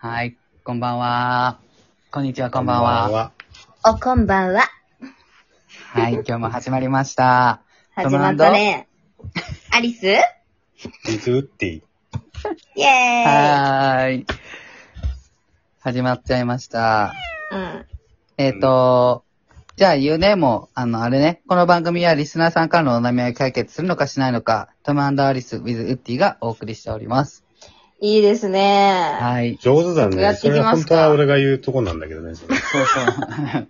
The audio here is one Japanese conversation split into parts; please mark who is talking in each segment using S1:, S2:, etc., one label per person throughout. S1: はい、こんばんは。こんにちは、こんばんは。
S2: おこんばんは。
S1: はい、今日も始まりました。
S2: 始まったね。アリスイェ
S3: ディズウッディ。
S1: トム
S2: ーイ
S1: はーい。始まっちゃいました。
S2: うん。
S1: えっ、と、じゃあ言うね、もう、あの、あれね、この番組はリスナーさんからのお悩みを解決するのかしないのか、トムアリス with ウッディがお送りしております。
S2: いいですね。
S1: はい。
S3: 上手だ
S2: や
S3: ね。
S2: って
S3: そ
S2: いき
S3: れは
S2: ます
S3: 本当
S2: か
S3: は俺が言うとこなんだけどね。それ
S1: そうそう。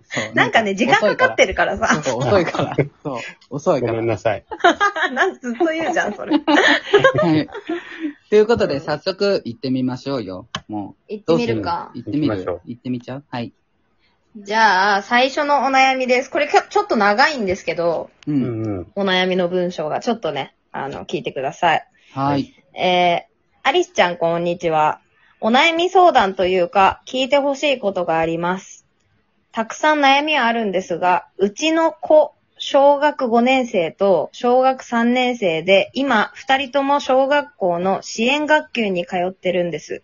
S1: そう
S2: なんかね、時間かかってるからさ。
S1: そう遅いから。そう、遅いか
S3: ごめ
S1: ら
S3: ん。なさい。
S2: なんずっと言うじゃ ん、それ。
S1: はい。ということで、早速行ってみましょうよ。もう。
S2: 行ってみるか。
S1: 行ってみ
S3: 行きましょ
S1: る
S3: う
S1: 行ってみちゃうはい。
S2: じゃあ、最初のお悩みです。これかちょっと長いんですけど、
S1: う。
S3: うんんうん。
S2: お悩みの文章がちょっとね、あの、聞いてください。
S1: はい。
S2: えー、アリスちゃんこんにちは。お悩み相談というか、聞いてほしいことがあります。たくさん悩みはあるんですが、うちの子、小学5年生と小学3年生で、今、2人とも小学校の支援学級に通ってるんです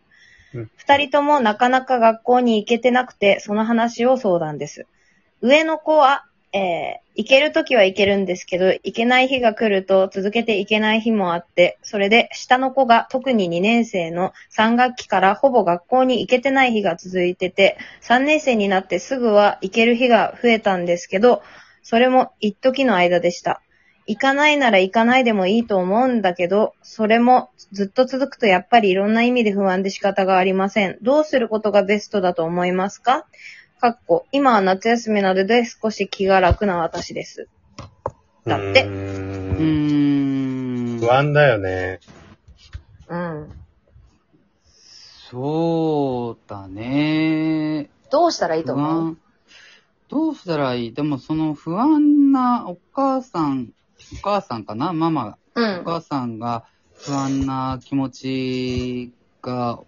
S3: うん。
S2: 2人ともなかなか学校に行けてなくて、その話を相談です。上の子は、えー行けるときは行けるんですけど、行けない日が来ると続けて行けない日もあって、それで下の子が特に2年生の3学期からほぼ学校に行けてない日が続いてて、3年生になってすぐは行ける日が増えたんですけど、それも一時の間でした。行かないなら行かないでもいいと思うんだけど、それもずっと続くとやっぱりいろんな意味で不安で仕方がありません。どうすることがベストだと思いますかかっこ、今は夏休みなどで少し気が楽な私です。だって
S3: うー
S1: うー
S3: ん
S1: ん。
S3: 不安だよね。
S2: うん。
S1: そうだね。
S2: どうしたらいい
S1: 不
S2: と思う
S1: 安。どうしたらいいでもその不安なお母さん、お母さんかなママ、
S2: う
S1: お
S2: ん。
S1: 母さんが不安な気持ちが、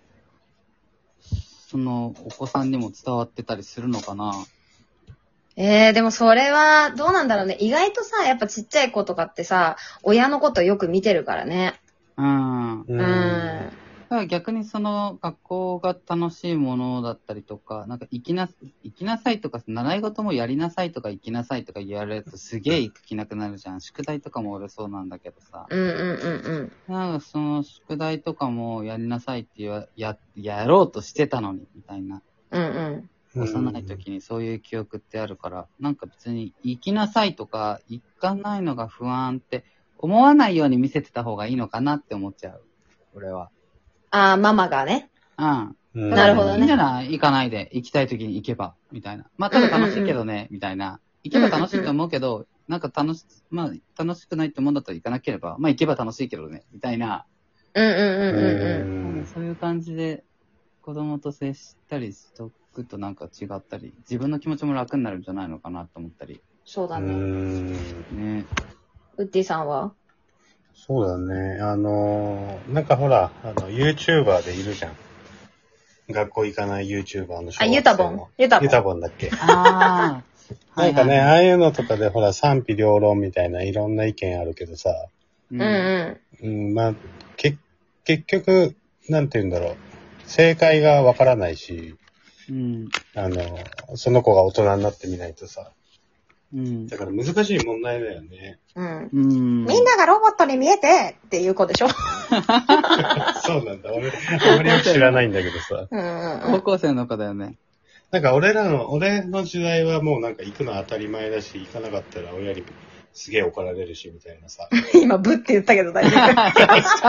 S1: そのお子さんにも伝わってたりするのかな
S2: えー、でもそれは、どうなんだろうね。意外とさ、やっぱちっちゃい子とかってさ、親のことよく見てるからね。
S1: うん。
S3: う
S2: うん。
S3: ん。
S1: だから逆にその学校が楽しいものだったりとか、なんか行きな、行きなさいとか、習い事もやりなさいとか行きなさいとか言われるとすげえ行く気なくなるじゃん。宿題とかも俺そうなんだけどさ。
S2: うんうんうん
S1: なんかその宿題とかもやりなさいって言わ、や、やろうとしてたのに、みたいな。
S2: うん。うんうん。
S1: 幼い時にそういう記憶ってあるから、なんか別に行きなさいとか、行かないのが不安って思わないように見せてた方がいいのかなって思っちゃう。俺は。
S2: あー、ママがね。
S1: うん。
S3: うん。
S2: なるほ
S1: いい
S2: ど
S1: んじ
S2: ね
S1: ゃない行かないで。行きたい時に行けば。みたいな。まあ、ただ楽しいけどね、みたいな。行けば楽しいと思うけど、なんか楽し、まあ、楽しくないってもんだったら行かなければ、まあ、行けば楽しいけどね、みたいな。
S2: うんう
S3: う
S2: んうんうん
S1: なんか
S3: ん。
S1: そういう感じで、子供と接したりしとくとなんか違ったり、自分の気持ちも楽になるんじゃないのかなと思ったり。
S2: そうだ
S3: う
S2: ね。
S3: ん。
S1: ね。
S2: ウッディさんは
S3: そうだね。あのー、なんかほら、あの、YouTuber でいるじゃん。学校行かない YouTuber の小学生
S2: あ、
S3: の
S2: ユタボン。ユタボン。
S3: ユタボンだっけ。
S1: あ あ。
S3: なんかね、
S1: はい
S3: ああいうのとかでほら、賛否両論みたいないろんな意見あるけどさ。
S1: う
S2: うんう
S3: うん、まあ、け、結局、なんて言うんだろう。正解がわからないし、
S1: うん。
S3: あの、その子が大人になってみないとさ。
S1: うん。
S3: だから難しい問題だよね。
S2: ん。うん。
S1: うん。
S2: みんながロボットに見えてっていう子でしょ
S3: そうなんだ。俺、あまりよく知らないんだけどさ。
S2: うんうんう
S1: 高
S2: ん。
S1: 校生の子だよね。
S3: なんか俺らの、俺の時代はもうなんか行くの当たり前だし、行かなかったら親にすげえ怒られるし、みたいなさ。
S2: 今、ブって言ったけど大丈夫。
S1: 確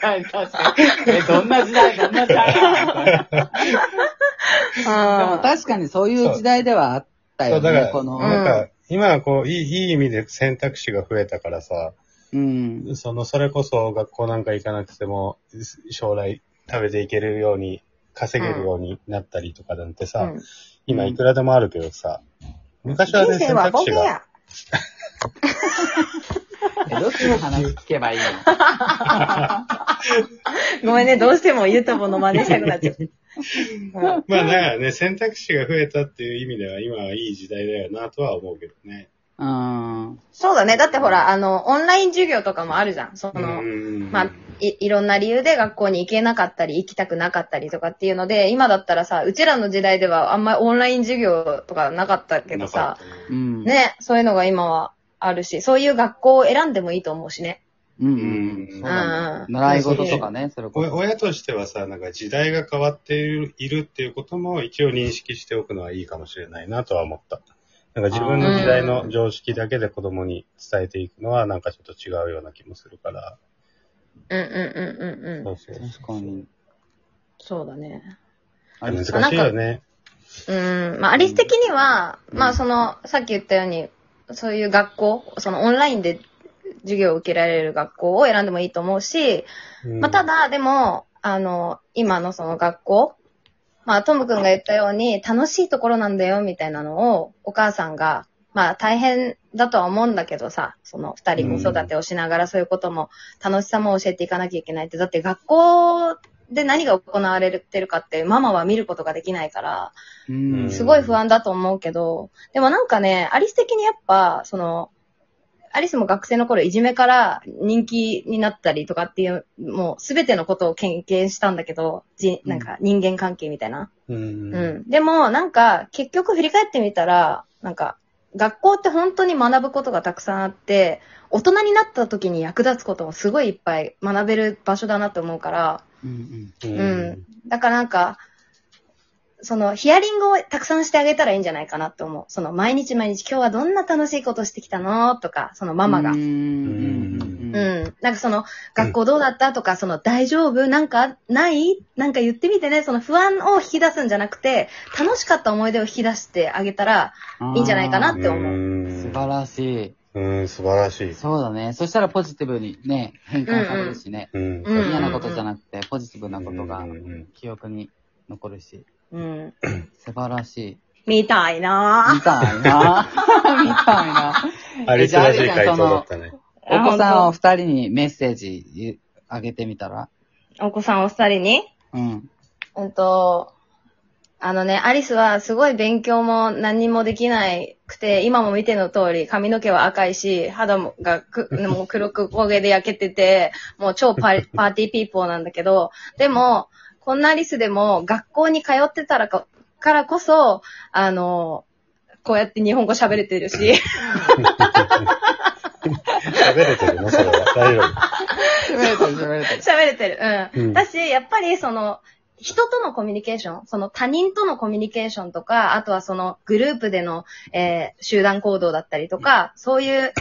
S1: かに、確かに。え、どんな時代、どんな時代でも
S2: あ
S1: 確かにそういう時代ではあった
S3: そ
S1: よ
S3: う、だか
S1: ね、
S3: ら、
S1: こ
S3: なん
S1: の。
S3: か、今はこう、いい、いい意味で選択肢が増えたからさ。
S1: うん。
S3: その、それこそ学校なんか行かなくても、す将来食べていけるように、稼げるようになったりとかなんてさ、
S2: あ。うん
S3: 今いくらでもあるけどさ、昔はね、
S2: 人生
S3: 選
S2: は
S3: 択
S2: 僕
S3: 肢が、
S2: や。
S1: え、どっちの話聞けばいいの
S2: ごめんね、どうしてもユタボの真似したくなっちゃう。
S3: まあだからね、選択肢が増えたっていう意味では、今はいい時代だよなとは思うけどね。
S1: うん。
S2: そうだね。だってほら、あの、オンライン授業とかもあるじゃん。その、
S3: うん
S2: まあい、いろんな理由で学校に行けなかったり、行きたくなかったりとかっていうので、今だったらさ、うちらの時代ではあんまりオンライン授業とかなかったけどさ、、
S1: うん。。
S2: ね、そういうのが今はあるし、そういう学校を選んでもいいと思うしね。
S1: うん
S3: うん
S1: うん。そう
S2: うん。
S1: だね
S2: うん
S1: 習い事とかね、それ
S3: お
S1: こそ。
S3: 親としてはさ、なんか時代が変わっているいるっていうことも一応認識しておくのはいいかもしれないなとは思った。なんか自分の時代の常識だけで子供に伝えていくのはなんかちょっと違うような気もするから。
S2: うんうんうんうんうん。
S3: うそう
S1: 確かに。
S2: そうだね。
S1: あれ
S3: 難しいよね。
S2: うん。まあ、ありす的には、
S1: うん
S2: まあ、その、さっき言ったように、そういう学校、そのオンラインで授業を受けられる学校を選んでもいいと思うし、
S3: うん
S2: まあ、ただ、でも、あの、今のその学校、まあ、トム君が言ったように、楽しいところなんだよ、みたいなのを、お母さんが、まあ、大変だとは思うんだけどさ、その、二人子育てをしながら、そういうことも、楽しさも教えていかなきゃいけないって、だって学校で何が行われてるかって、ママは見ることができないから、
S1: うん。
S2: すごい不安だと思うけど、でもなんかね、アリス的にやっぱ、その、アリスも学生の頃いじめから人気になったりとかっていう、もうすべてのことを経験したんだけど、じなんか人間関係みたいな。
S3: う
S2: うんん。でもなんか結局振り返ってみたら、なんか学校って本当に学ぶことがたくさんあって、大人になった時に役立つこともすごいいっぱい学べる場所だなと思うから、
S1: うん
S3: うん
S2: うん。だからなんか、そのヒアリングをたくさんしてあげたらいいんじゃないかなって思う。その毎日毎日今日はどんな楽しいことしてきたのとか、そのママが。
S1: う
S2: うんん。
S1: うん。
S2: なんかその学校どうだったとか、その大丈夫なんかないなんか言ってみてね。その不安を引き出すんじゃなくて、楽しかった思い出を引き出してあげたら、
S1: うん
S2: いいんじゃないかなって思う
S1: あー素
S3: ん
S1: 晴らし
S3: うん、素晴らし
S1: い。
S3: い。
S1: そうだね。そしたらポジティブにね、変換されるしね。
S3: うん
S2: うん
S1: 嫌なことじゃなくて、ポジティブなことが
S3: うんうんうん
S1: 記憶に残るし。
S2: うん。
S1: 素晴らしい。
S2: みたい
S1: み
S2: な
S1: たい な。みたいな。
S3: ありすらしい回答だったね。
S1: お子さん
S2: あ
S1: お二人にメッセージ言うあげてみたら
S2: お子さんお二人に
S1: うん。
S2: うんと、あのね、アリスはすごい勉強も何にもできないくて、今も見ての通り髪の毛は赤いし、肌もがくもう黒く焦げで焼けてて、もう超パパーティーピーポーなんだけど、でも、こんなアリスでも学校に通ってたらかからこそ、あの、こうやって日本語喋れてるし、
S3: 喋れてるのそれは。大丈夫。
S1: 喋れてる喋れてる。
S2: 喋れてる。うん。
S3: う ん
S2: だし、やっぱりその、人とのコミュニケーション、その他人とのコミュニケーションとか、あとはそのグループでの、えー集団行動だったりとか、そういう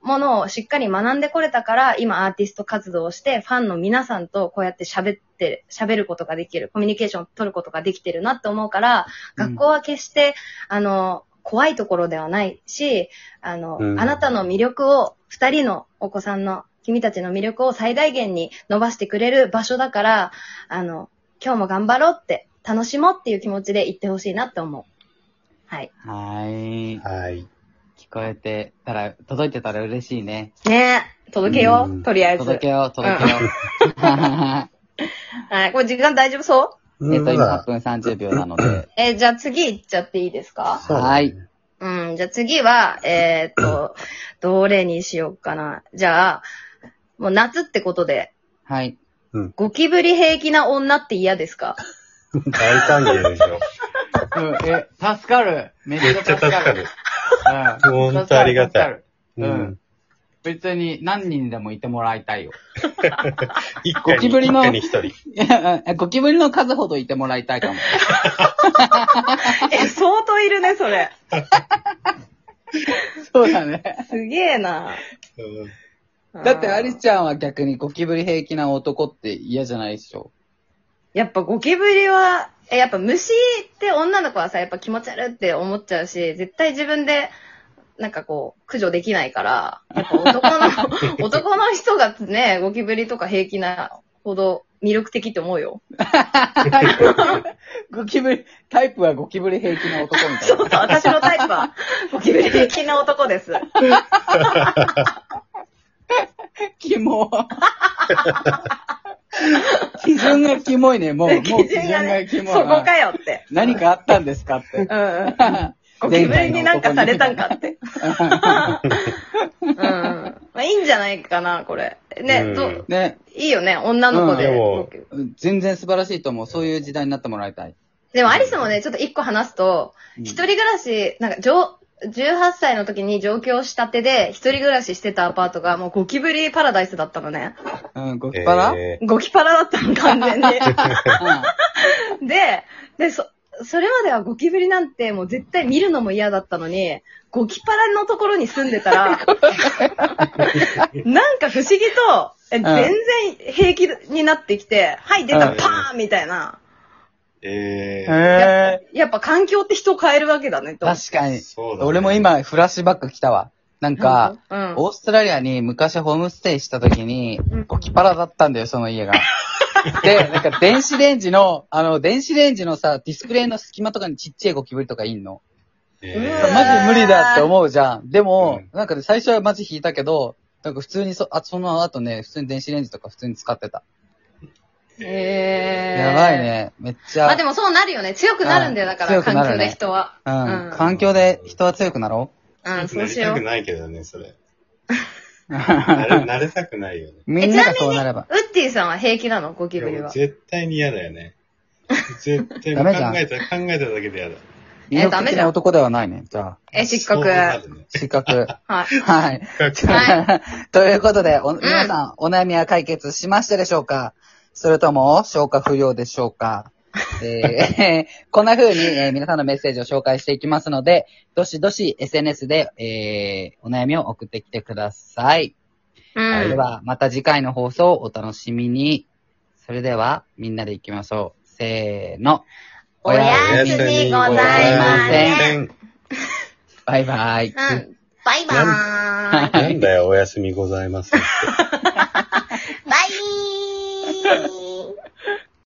S2: ものをしっかり学んでこれたから、今アーティスト活動をして、ファンの皆さんとこうやって喋ってる、喋ることができる、コミュニケーションを取ることができてるなって思うから、学校は決して、あの、怖いところではないし、あの、
S3: うん
S2: あなたの魅力を、二人のお子さんの、君たちの魅力を最大限に伸ばしてくれる場所だから、あの、今日も頑張ろうって、楽しもうっていう気持ちで行ってほしいなって思う。はい。
S1: はーい。
S3: はい。
S1: 聞こえてたら、届いてたら嬉しいね。
S2: ねえ、届けよ
S3: うん
S2: う、とりあえず。
S1: 届けよう、届 けよう。
S2: はい。これ時間大丈夫そう
S1: え
S3: ん
S1: っと、今8分30秒なので。
S2: うえーじゃあ次行っちゃっていいですか
S3: そうだね
S1: はい
S2: うん、じゃあ次は、えーっと、どれにしようかな。じゃあ、もう夏ってことで、
S1: はい。
S2: ゴキブリ平気な女って嫌ですか
S3: 大歓迎でしょ。
S1: うんえ、助かる。めっ
S3: めっちゃ助かる。。ほんとありがたい
S1: い。
S3: う
S1: うんん。別に何人でもいてもらいたいよ。
S3: 一家に
S1: ゴキブリの
S3: 一家に一人。
S1: いや えゴキブリの数ほどいてもらいたいかも。
S2: え、相当いるね、それ。
S1: そうだね。
S2: すげえな。
S3: うん
S1: だってアリ
S2: あー
S1: ちゃんは逆にゴキブリ平気な男って嫌じゃないで しょ。
S2: やっぱゴキブリは、え、やっぱ虫って女の子はさ、やっぱ気持ち悪いって思っちゃうし、絶対自分で、なんかこう、駆除できないから、やっぱ男 の、男の人がね、ゴキブリとか平気なほど魅力的って思うよ。
S1: ゴキブリ、タイプはゴキブリ平気な男みたい
S2: そ
S1: な
S2: う。そう、私のタイプ は、ゴキブリ平気な男です。
S1: キモ。 基準がキ モいね、もう。もう基準がキモい
S2: そこかよって。
S1: 何かあったんですかって。
S2: うんうん。 ゴキブリになんかされたんかって。 うん。まあいいんじゃないかな、これ。
S3: う
S2: ね、
S3: ん
S2: どう
S1: ね、
S2: いいよね、女の子で。
S3: うんでも
S1: 全然素晴らしいと思う。そういう時代になってもらいたい。
S2: でもアリスもね、ちょっと一個話すと、
S1: うん
S2: 一人暮らし、なんか、上、18歳の時に上京したてで、一人暮らししてたアパートが、もうゴキブリパラダイスだったのね。
S1: うん、ゴキパラ、
S3: え
S2: ゴキパラだったの、完全 に。
S1: う
S2: で、で、そ、それまではゴキブリなんてもう絶対見るのも嫌だったのに、ゴキパラのところに住んでた ら、なんか不思議と、え
S1: ん
S2: 全然平気になってきて、はい、出た、
S3: うん
S2: パーンみたいな。
S3: ーえ
S1: ん、
S3: ー
S2: やっ
S1: へ
S2: ぱやっぱ環境って人を変えるわけだね、
S1: ー
S2: と。
S1: 確かに。
S3: そうだ、ね。
S1: 俺も、今、フラッシュバック来たわ。なんか、
S2: うん、
S1: オーストラリアに昔ホームステイした時に
S2: うん、
S1: ゴキパラだったんだよ、その 家が。で、なんか電子レンジの、あの、電子レンジのさ、ディスプレイの隙間とかにちっちゃいゴキブリとかいんの。
S3: え
S2: う
S1: マ
S2: わ
S3: ー、
S1: ジ無理だって思うじゃん。でも、
S3: う
S1: なんかね、最初はマジ引いたけど、なんか普通にそ、あ、その後ね、普通に電子レンジとか普通に使ってた。
S2: えー
S1: やばいね。めっちゃ。
S2: まあでもそうなるよね。強くなるんだよ、だか
S1: 強
S2: ら、
S1: く
S2: 環
S1: なるね
S2: 境で人は。
S1: うん。
S2: うん
S1: 環境で人は強くなろ
S2: うん、そ
S3: な
S2: う
S3: り
S2: しよ
S3: た
S2: う。
S3: く
S2: う
S3: ないけどね、それ。
S1: う。
S3: な れなれたくないよね。
S1: みんながそうなれば。
S2: ッディさんは平気なのゴキブリ
S3: でも
S2: は。
S3: 絶対に嫌だよね。絶対、
S1: ダ
S3: 考
S1: メじゃん
S3: えた、考えただけで嫌だ。
S1: 魅
S2: ダ
S1: 力
S2: メ
S1: 的
S2: じゃ
S1: なん男ではないね。じゃ
S2: え、失格。
S3: そうな
S2: は
S3: るね
S1: あ、失格。
S2: い。
S1: はい。ということで、お皆さん、お悩みは解決しましたでしょうかそれとも、消化不良でしょうかえー こんな風に、えー皆さんのメッセージを紹介していきますので、どしどし SNS で、えーお悩みを送ってきてください。それ
S2: う
S1: で
S2: ん。
S1: は、また次回の放送をお楽しみに。それでは、みんなで行きましょう。せーの。
S2: おやすみございません。
S3: ん。
S1: バイバイ。
S2: うん。バイバーイ。
S3: なんだよ、おやすみございません。
S2: バイーイ